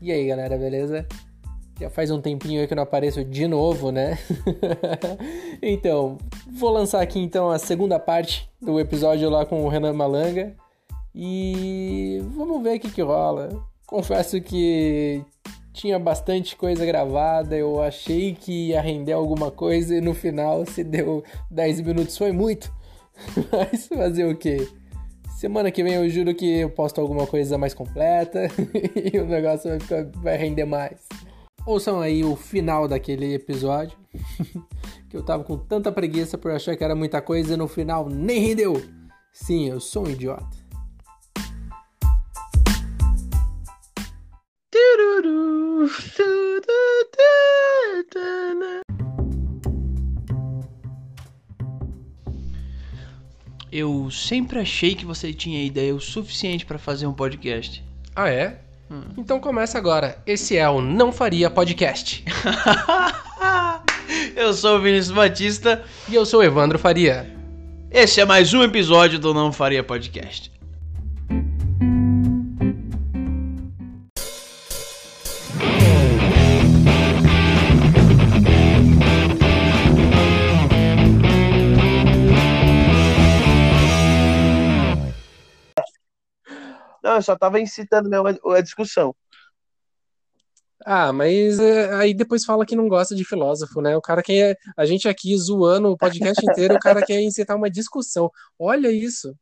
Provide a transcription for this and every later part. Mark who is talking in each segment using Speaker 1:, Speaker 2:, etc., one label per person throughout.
Speaker 1: E aí, galera, beleza? Já faz um tempinho aí que eu não apareço de novo, né? então, vou lançar aqui então a segunda parte do episódio lá com o Renan Malanga. E vamos ver o que, que rola. Confesso que tinha bastante coisa gravada, eu achei que ia render alguma coisa e no final se deu 10 minutos, foi muito. Mas fazer o quê? Semana que vem eu juro que eu posto alguma coisa mais completa e o negócio vai, ficar, vai render mais. Ouçam aí o final daquele episódio, que eu tava com tanta preguiça por achar que era muita coisa e no final nem rendeu. Sim, eu sou um idiota.
Speaker 2: Eu sempre achei que você tinha ideia o suficiente pra fazer um podcast.
Speaker 3: Ah, é? Então começa agora. Esse é o Não Faria Podcast.
Speaker 2: Eu sou o Vinícius Batista.
Speaker 3: E eu sou Evandro Faria.
Speaker 2: Esse é mais um episódio do Não Faria Podcast.
Speaker 4: Não, eu só tava incitando mesmo a, a discussão.
Speaker 3: Ah, mas é, aí depois fala que não gosta de filósofo, né? O cara que é. A gente aqui zoando o podcast inteiro, o cara quer incitar uma discussão. Olha isso.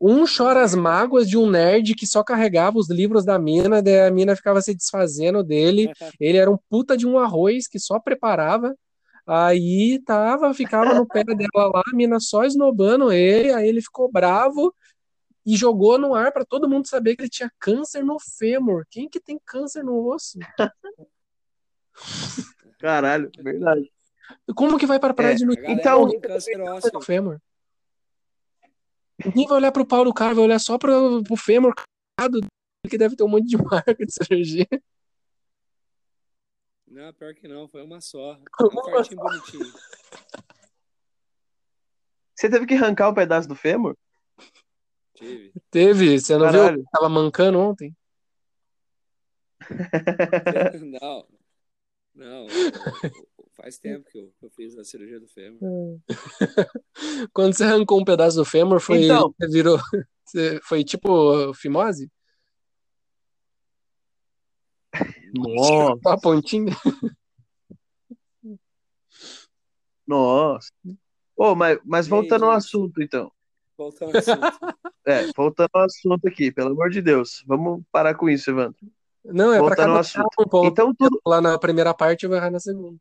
Speaker 3: Um chora as mágoas de um nerd que só carregava os livros da mina, daí a mina ficava se desfazendo dele. Ele era um puta de um arroz que só preparava. Aí tava, ficava no pé dela lá, a mina só esnobando ele, aí ele ficou bravo e jogou no ar pra todo mundo saber que ele tinha câncer no fêmur. Quem que tem câncer no osso?
Speaker 4: Caralho, verdade.
Speaker 3: Como que vai pra praia
Speaker 4: É,
Speaker 3: de noite?
Speaker 4: galera Então-
Speaker 5: um
Speaker 1: tem câncer ósseo.
Speaker 3: no fêmur? Ninguém vai olhar pro pau do cara, vai olhar só pro, pro fêmur, c******, que deve ter um monte de marca de cirurgia.
Speaker 5: Não, né? pior que não, foi uma só.
Speaker 3: Uma
Speaker 5: Um
Speaker 4: assim?
Speaker 5: cortinho bonitinho.
Speaker 4: Você teve que arrancar um pedaço do fêmur?
Speaker 5: Tive.
Speaker 3: Teve, você não viu?
Speaker 4: Caralho.
Speaker 3: que Tava mancando ontem.
Speaker 5: Não. Não. Faz tempo que eu, eu fiz a cirurgia do fêmur.
Speaker 3: Quando você arrancou um pedaço do fêmur, foi,
Speaker 4: É. Então.
Speaker 3: você virou, você- foi tipo fimose?
Speaker 4: Nossa.
Speaker 3: Tá a pontinha?
Speaker 4: Nossa. Ô, mas, mas
Speaker 5: E aí,
Speaker 4: voltando ao
Speaker 5: gente?
Speaker 4: assunto, então.
Speaker 5: Voltando ao assunto.
Speaker 4: É, voltando ao assunto aqui, pelo amor de Deus. Vamos parar com isso, Evandro.
Speaker 3: Não, é pra
Speaker 4: Voltando ao
Speaker 3: cada
Speaker 4: assunto.
Speaker 3: um ponto.
Speaker 4: Então, tudo.
Speaker 3: Lá na primeira parte, eu vou errar na segunda.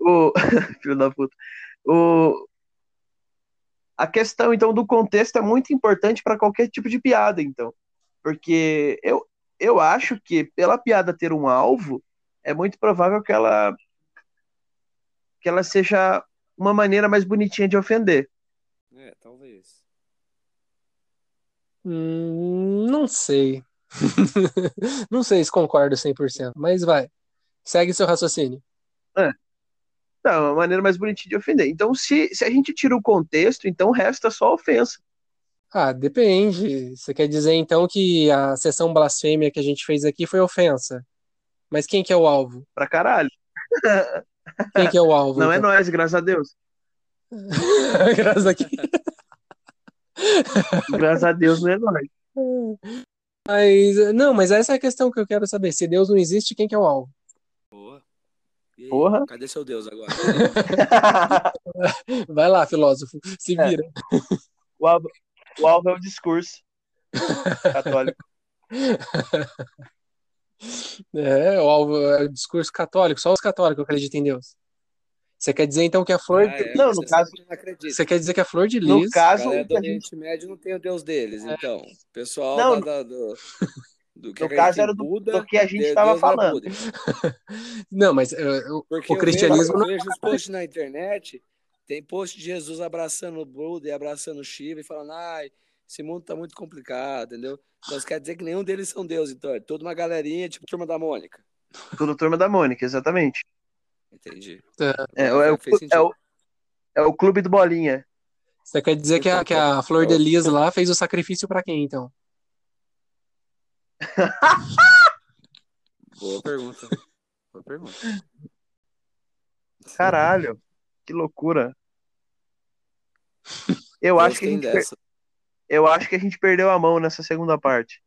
Speaker 4: O... Filho da puta. O... A questão, então, do contexto é muito importante para qualquer tipo de piada, então. Porque eu, eu acho que, pela piada ter um alvo, é muito provável que ela, que ela seja uma maneira mais bonitinha de ofender.
Speaker 5: É, talvez.
Speaker 3: Hum, não sei. não sei se concordo 100%, mas vai. Segue seu raciocínio.
Speaker 4: Não, é uma maneira mais bonitinha de ofender. Então, se, se a gente tira o contexto, então resta só ofensa.
Speaker 3: Ah, depende. Você quer dizer então que a sessão blasfêmia que a gente fez aqui foi ofensa? Mas quem que é o alvo?
Speaker 4: Pra caralho.
Speaker 3: Quem que é o alvo?
Speaker 4: Não é
Speaker 3: então?
Speaker 4: nós, graças a Deus.
Speaker 3: Graças a Deus.
Speaker 4: Graças a Deus não é nós.
Speaker 3: Mas, não, mas essa é a questão que eu quero saber. Se Deus não existe, quem que é o alvo?
Speaker 5: Boa. E aí,
Speaker 4: Porra.
Speaker 5: Cadê seu Deus agora?
Speaker 3: Vai lá, filósofo, se
Speaker 4: É.
Speaker 3: vira.
Speaker 4: O alvo, o alvo é o discurso católico.
Speaker 3: É, o alvo é o discurso católico, só os católicos acreditam em Deus. Você quer dizer então que a flor,
Speaker 5: Ah, é,
Speaker 4: Não, no
Speaker 5: você
Speaker 4: caso-
Speaker 5: sabe que eu Não acredito.
Speaker 3: você quer dizer que a flor de
Speaker 4: No
Speaker 3: lis,
Speaker 5: A
Speaker 4: caso,
Speaker 5: galera é do
Speaker 4: a gente- É.
Speaker 5: Oriente Médio não tem o Deus deles, então. O pessoal
Speaker 4: Não,
Speaker 5: da- da- do, do que
Speaker 4: no
Speaker 5: acredita
Speaker 4: caso
Speaker 5: em
Speaker 4: era do-
Speaker 5: Buda,
Speaker 4: do que a gente
Speaker 5: Deus
Speaker 4: estava
Speaker 5: era
Speaker 4: falando.
Speaker 5: Buda.
Speaker 3: não, mas eh, o-
Speaker 5: Porque
Speaker 3: o cristianismo
Speaker 5: eu
Speaker 3: não
Speaker 5: vejo, eu vejo
Speaker 4: é
Speaker 5: os posts na internet, tem post de Jesus abraçando o Buda e abraçando o Shiva e falando, ai, esse mundo tá muito complicado, entendeu? Então isso quer dizer que nenhum deles são Deus, então. É toda uma galerinha, tipo turma da Mônica.
Speaker 4: Tudo turma da Mônica, exatamente.
Speaker 5: Entendi.
Speaker 4: É, é, o,
Speaker 5: Fez
Speaker 4: é, o, é o clube do Bolinha.
Speaker 3: Você quer dizer que a, que a Flor de Lis lá fez o sacrifício pra quem, então?
Speaker 5: Boa pergunta. Boa pergunta.
Speaker 4: Caralho, que loucura. Eu acho, que a
Speaker 5: Gostei
Speaker 4: gente, per-
Speaker 5: dessa.
Speaker 4: eu acho que a gente perdeu a mão nessa segunda parte.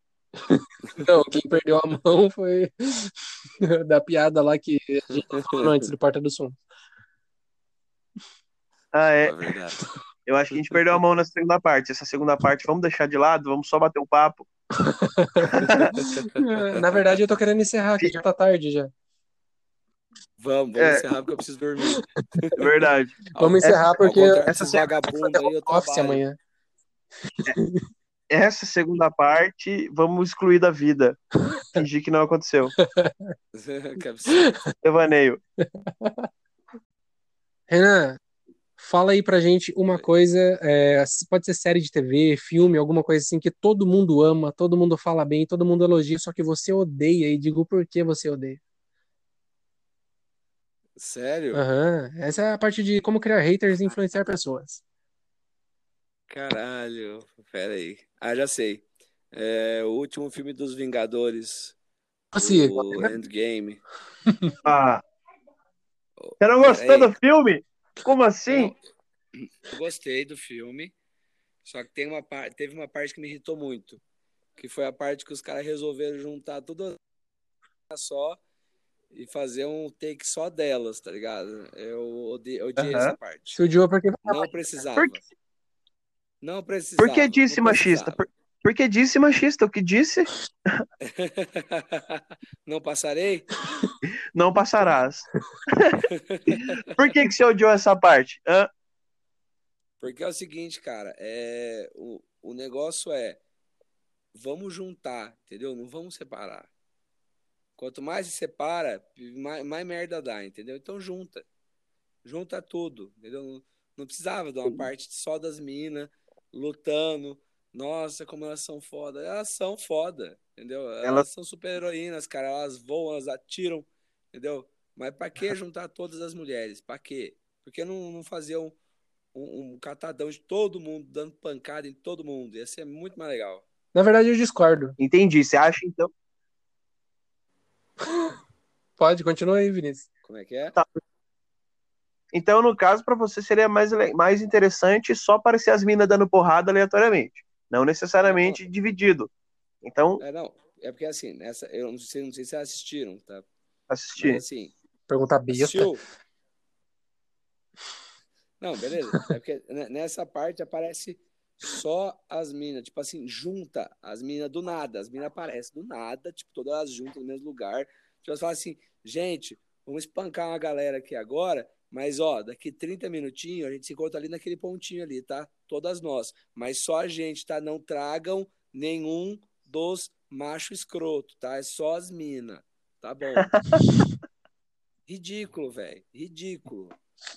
Speaker 3: Não, quem perdeu a mão foi da piada lá que a gente tava falando antes do Porta do Som.
Speaker 4: Ah, é.
Speaker 5: É verdade.
Speaker 4: Eu acho que a gente perdeu a mão nessa segunda parte. Essa segunda parte, vamos deixar de lado, vamos só bater o papo.
Speaker 3: É, Na verdade, eu tô querendo encerrar aqui, já tá tarde já.
Speaker 5: Vamos, vamos
Speaker 4: É.
Speaker 5: encerrar porque eu preciso dormir.
Speaker 4: É verdade.
Speaker 3: Vamos
Speaker 4: Essa-
Speaker 3: encerrar porque
Speaker 5: Ao contrário
Speaker 4: essa
Speaker 5: desses
Speaker 4: semana-
Speaker 5: vagabundos aí, eu
Speaker 3: office
Speaker 5: trabalho.
Speaker 3: amanhã.
Speaker 4: Essa segunda parte, vamos excluir da vida. Fingir que não aconteceu.
Speaker 5: Que absurdo.
Speaker 4: Devaneio.
Speaker 3: Renan, fala aí pra gente uma coisa, é, pode ser série de TV, filme, alguma coisa assim que todo mundo ama, todo mundo fala bem, todo mundo elogia, só que você odeia e digo por que você odeia.
Speaker 5: Sério?
Speaker 3: Aham, Essa é a parte de como criar haters e influenciar pessoas.
Speaker 5: Caralho, pera aí. Ah, já sei. É, o último filme dos Vingadores,
Speaker 3: Assim,
Speaker 4: é
Speaker 5: o Endgame.
Speaker 4: Ah. Você não gostou do filme? Como assim?
Speaker 5: Eu Gostei do filme, só que tem uma par- teve uma parte que me irritou muito, que foi a parte que os caras resolveram juntar tudo só e fazer um take só delas, tá ligado? Eu odi- eu odiei
Speaker 4: Aham.
Speaker 5: essa parte.
Speaker 3: se odiou porque
Speaker 5: Não precisava.
Speaker 4: Por que,
Speaker 5: Não precisava.
Speaker 4: por que disse
Speaker 5: não
Speaker 4: machista? Por, por que disse machista? O que disse?
Speaker 5: precisava. não passarei?
Speaker 4: Não passarás. por que, que você odiou essa parte? Hã?
Speaker 5: Porque é o seguinte, cara, é, o, o negócio é vamos juntar, entendeu? Não vamos separar. Quanto mais se separa, mais, mais merda dá, entendeu? Então junta. Junta tudo, entendeu? Não, não precisava de uma parte só das minas lutando. Nossa, como elas são foda. Elas são foda, entendeu? Elas,
Speaker 4: Elas-
Speaker 5: são super-heroínas, cara. Elas voam, elas atiram, entendeu? Mas pra que juntar todas as mulheres? Pra quê? Por que não, não fazer um, um, um catadão de todo mundo, dando pancada em todo mundo? Ia ser muito mais legal.
Speaker 3: Na verdade, eu discordo.
Speaker 4: Entendi. Você acha então?
Speaker 3: Pode, continua aí, Vinícius.
Speaker 5: Como é que é?
Speaker 4: Então, no caso, pra você seria mais, le- mais interessante só aparecer as minas dando porrada aleatoriamente. Não necessariamente dividido. Então,
Speaker 5: É, não. É porque assim, nessa, eu não sei, não sei se vocês assistiram, tá?
Speaker 4: assistir.
Speaker 5: Mas assim,
Speaker 3: Pergunta besta.
Speaker 5: assistiu. Não, beleza. É porque ne- nessa parte aparece só as minas, tipo assim, junta as minas do nada. As minas aparecem do nada, tipo, todas elas juntas no mesmo lugar. Tipo, elas falam assim, gente, vamos espancar uma galera aqui agora, mas ó, daqui 30 minutinhos a gente se encontra ali naquele pontinho ali, tá? Todas nós. Mas só a gente, tá? Não tragam nenhum dos machos escroto, tá? É só as mina. Tá bom. Ridículo, velho. Ridículo.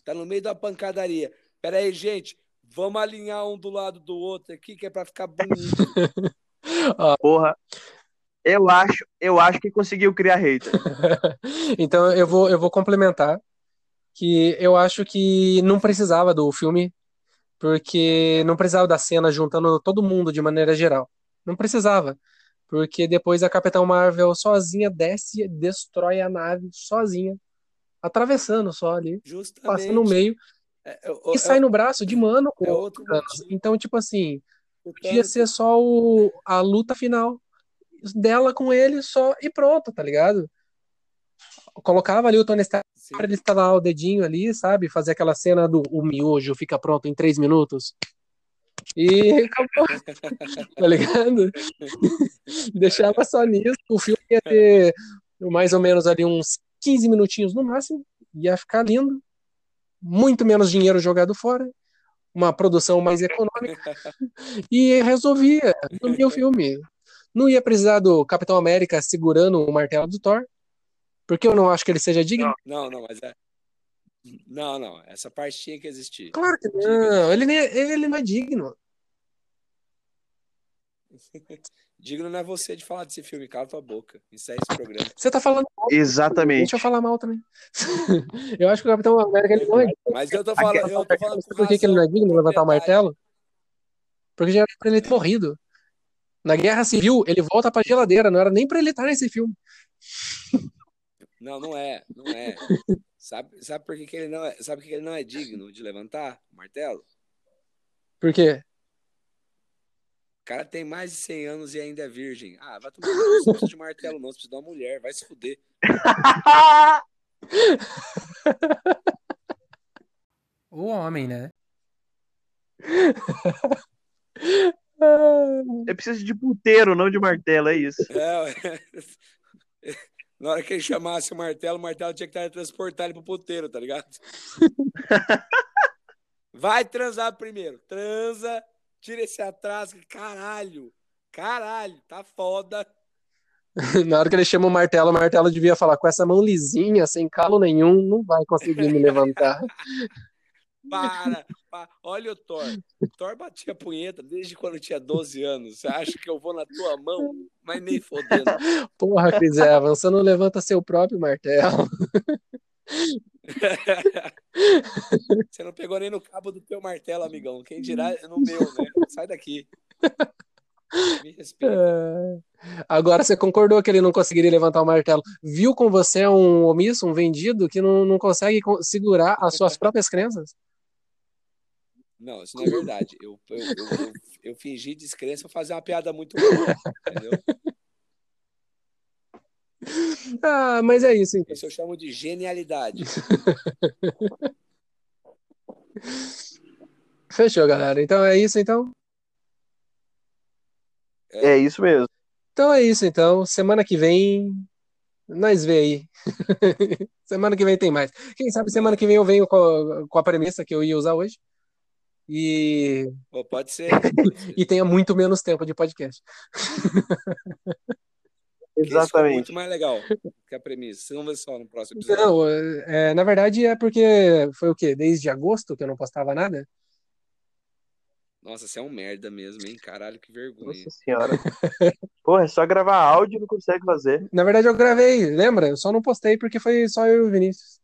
Speaker 5: Tá no meio da pancadaria. Pera aí, gente. Vamos alinhar um do lado do outro aqui, que é pra ficar bonito.
Speaker 4: Porra. Eu acho, eu acho que conseguiu criar hater.
Speaker 3: Então eu vou, eu vou complementar que eu acho que não precisava do filme, porque não precisava da cena juntando todo mundo de maneira geral. Não precisava, porque depois a Capitão Marvel sozinha desce, e destrói a nave sozinha, atravessando só ali,
Speaker 5: Justamente.
Speaker 3: passa no meio
Speaker 5: É, é,
Speaker 3: e sai no braço de mano com
Speaker 5: é outro
Speaker 3: o Thanos.
Speaker 5: motivo.
Speaker 3: Então, tipo assim,
Speaker 5: O
Speaker 3: podia
Speaker 5: Thanos-
Speaker 3: ser só o- a luta final dela com ele só e pronto, tá ligado? Colocava ali o Tony Stark
Speaker 5: Sim.
Speaker 3: pra ele estalar o dedinho ali, sabe? Fazer aquela cena do o miojo fica pronto em três minutos. E acabou. tá ligado? Deixava só nisso. O filme ia ter mais ou menos ali uns 15 minutinhos no máximo. Ia ficar lindo. Muito menos dinheiro jogado fora. Uma produção mais econômica. E resolvia. Resumia o filme. Não ia precisar do Capitão América segurando o martelo do Thor. Porque eu não acho que ele seja digno.
Speaker 5: Não, não, mas é. Não, não. Essa parte tinha que existir.
Speaker 3: Claro que
Speaker 5: Digno.
Speaker 3: é não, ele, nem, ele não é digno.
Speaker 5: Digno não é você de falar desse filme, cala tua boca. Encerra esse programa.
Speaker 3: Você tá falando mal,
Speaker 4: Exatamente.
Speaker 3: deixa eu falar mal também. eu acho que o Capitão América ele não é digno.
Speaker 5: Mas eu tô falando, eu tô falando
Speaker 3: Sabe
Speaker 5: com
Speaker 3: por que, que ele não é digno de levantar o martelo? Porque já era pra ele ter morrido. Na Guerra Civil, ele volta pra geladeira, não era nem pra ele estar nesse filme.
Speaker 5: Não, não é, não é. Sabe, sabe por que, que ele não é? Sabe por que que ele não é digno de levantar o martelo?
Speaker 3: Por quê?
Speaker 5: O cara tem mais de 100 anos e ainda é virgem. Ah, vai tomar. Não precisa de martelo, não. Você precisa de uma mulher. Vai se fuder.
Speaker 1: O homem, né?
Speaker 4: Eu preciso de puteiro, não de martelo, é isso.
Speaker 5: É, ué. na hora que ele chamasse o martelo, o martelo tinha que transportar ele pro puteiro, tá ligado? Vai transar primeiro. Transa, tira esse atraso. Caralho, caralho, tá foda.
Speaker 3: Na hora que ele chama o martelo, o martelo devia falar com essa mão lisinha, sem calo nenhum, não vai conseguir me levantar.
Speaker 5: Para, pa- Olha o Thor. O Thor batia punheta desde quando eu tinha 12 anos. Você acha que eu vou na tua mão? Mas nem fodendo.
Speaker 3: Porra, Chris Evans, você não levanta seu próprio martelo.
Speaker 5: Você não pegou nem no cabo do teu martelo, amigão. Quem dirá é no meu, né? Sai daqui. Me respeita.
Speaker 3: É. Agora você concordou que ele não conseguiria levantar o martelo. Viu com você é um omisso, um vendido, que não, não consegue co- segurar as suas próprias crenças?
Speaker 5: Não, isso não é verdade. Eu, eu, eu, eu, eu fingi descrença pra fazer uma piada muito boa. Entendeu?
Speaker 3: Ah, mas é isso, então.
Speaker 5: Isso eu chamo de genialidade.
Speaker 3: Fechou, galera. Então é isso, então.
Speaker 4: É isso mesmo.
Speaker 3: Então é isso, então. Semana que vem, nós vê aí. semana que vem tem mais. Quem sabe semana que vem eu venho com a, com a premissa que eu ia usar hoje. E,
Speaker 5: Pô, pode ser. Pode ser.
Speaker 3: e tenha muito menos tempo de podcast.
Speaker 5: Porque isso ficou
Speaker 4: Exatamente.
Speaker 5: muito mais legal que a premissa. Vocês vão ver só no próximo episódio.
Speaker 3: Não, é, na verdade é porque foi o quê? Desde agosto que eu não postava nada?
Speaker 5: Nossa, você é um merda mesmo, hein? Caralho, que vergonha.
Speaker 4: Nossa senhora. Porra, é só gravar áudio e não consegue fazer.
Speaker 3: Na verdade eu gravei, lembra? Eu só não postei porque foi só eu e o Vinícius.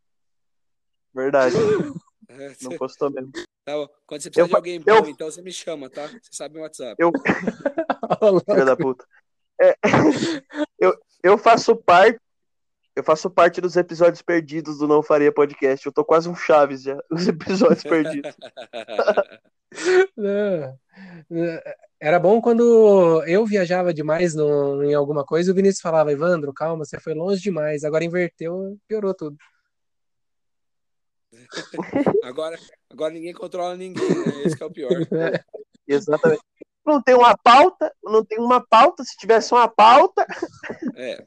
Speaker 4: Verdade. Não postou mesmo.
Speaker 5: Tá bom. Quando você precisa
Speaker 4: Eu
Speaker 5: de
Speaker 4: fa-
Speaker 5: alguém bom,
Speaker 4: eu-
Speaker 5: então você me chama, tá? Você sabe o WhatsApp.
Speaker 4: Eu, filha da puta. É, eu, eu faço parte. Eu faço parte dos episódios perdidos do Não Faria Podcast. Eu tô quase um Chaves já. Os episódios perdidos.
Speaker 3: Não. É, Era bom quando eu viajava demais no- em alguma coisa e o Vinícius falava, Evandro, calma, você foi longe demais. Agora inverteu, piorou tudo.
Speaker 5: Agora, agora ninguém controla ninguém, né? Esse que é o pior.
Speaker 4: Exatamente. Não tem uma pauta. Não tem uma pauta. Se tivesse uma pauta.
Speaker 5: É,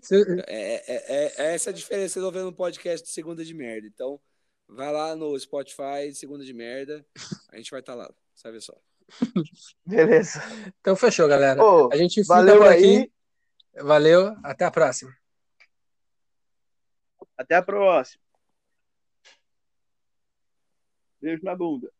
Speaker 3: Você-
Speaker 5: é, é, é- é essa a diferença. Vocês vão ver no podcast de Segunda de Merda. Então, vai lá no Spotify, Segunda de Merda. A gente vai estar lá. Sabe só.
Speaker 4: Beleza.
Speaker 3: Então fechou, galera.
Speaker 4: Ô,
Speaker 3: A gente fica
Speaker 4: valeu
Speaker 3: por
Speaker 4: aí.
Speaker 3: aqui. Valeu, até a próxima.
Speaker 4: Até a próxima. Beijo na bunda.